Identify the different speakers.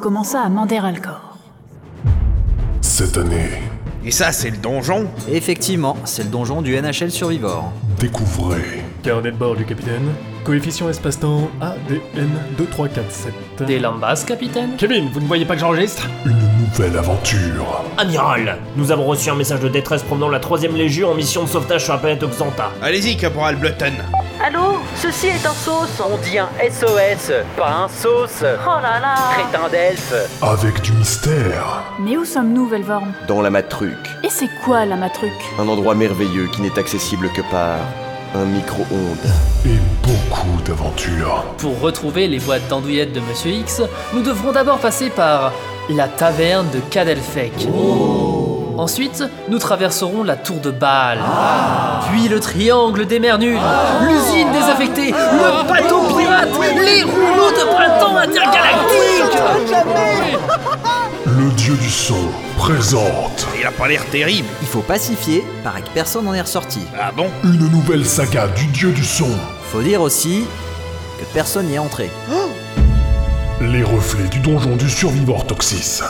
Speaker 1: commença à mander Alcor.
Speaker 2: Cette année,
Speaker 3: Et ça, c'est le donjon
Speaker 4: Effectivement, c'est le donjon du NHL Survivor.
Speaker 2: découvrez
Speaker 5: Carnet de bord du capitaine. Coefficient espace-temps ADN2347.
Speaker 6: Des lambas, capitaine
Speaker 5: Kevin, vous ne voyez pas que j'enregistre
Speaker 2: une nouvelle aventure.
Speaker 7: Amiral, nous avons reçu un message de détresse provenant de la 3ème Légion en mission de sauvetage sur la planète Oxanta.
Speaker 3: Allez-y, Caporal Blutton
Speaker 8: Allô Ceci est un sauce
Speaker 9: On dit un SOS, pas un sauce.
Speaker 8: Oh là là
Speaker 9: Crétin d'elfe.
Speaker 2: Avec du mystère,
Speaker 1: Mais où sommes-nous, Velvorm
Speaker 10: Dans la matruc,
Speaker 1: Et c'est quoi la matruc
Speaker 10: un endroit merveilleux qui n'est accessible que par un micro-ondes.
Speaker 2: et beaucoup d'aventures.
Speaker 6: Pour retrouver les boîtes d'andouillettes de Monsieur X, nous devrons d'abord passer par la taverne de Cadelfec. Ensuite, nous traverserons la tour de Bâle, puis le triangle des mers nulles, l'usine désaffectée, le bateau pirate, les rouleaux de printemps intergalactiques.
Speaker 2: Le dieu du son présente
Speaker 3: Il a pas l'air terrible
Speaker 4: Il faut pacifier, paraît que personne n'en est ressorti.
Speaker 3: Ah bon
Speaker 2: une nouvelle saga du dieu du son,
Speaker 4: Faut dire aussi que personne n'y est entré.
Speaker 2: les reflets du donjon du survivant Toxis.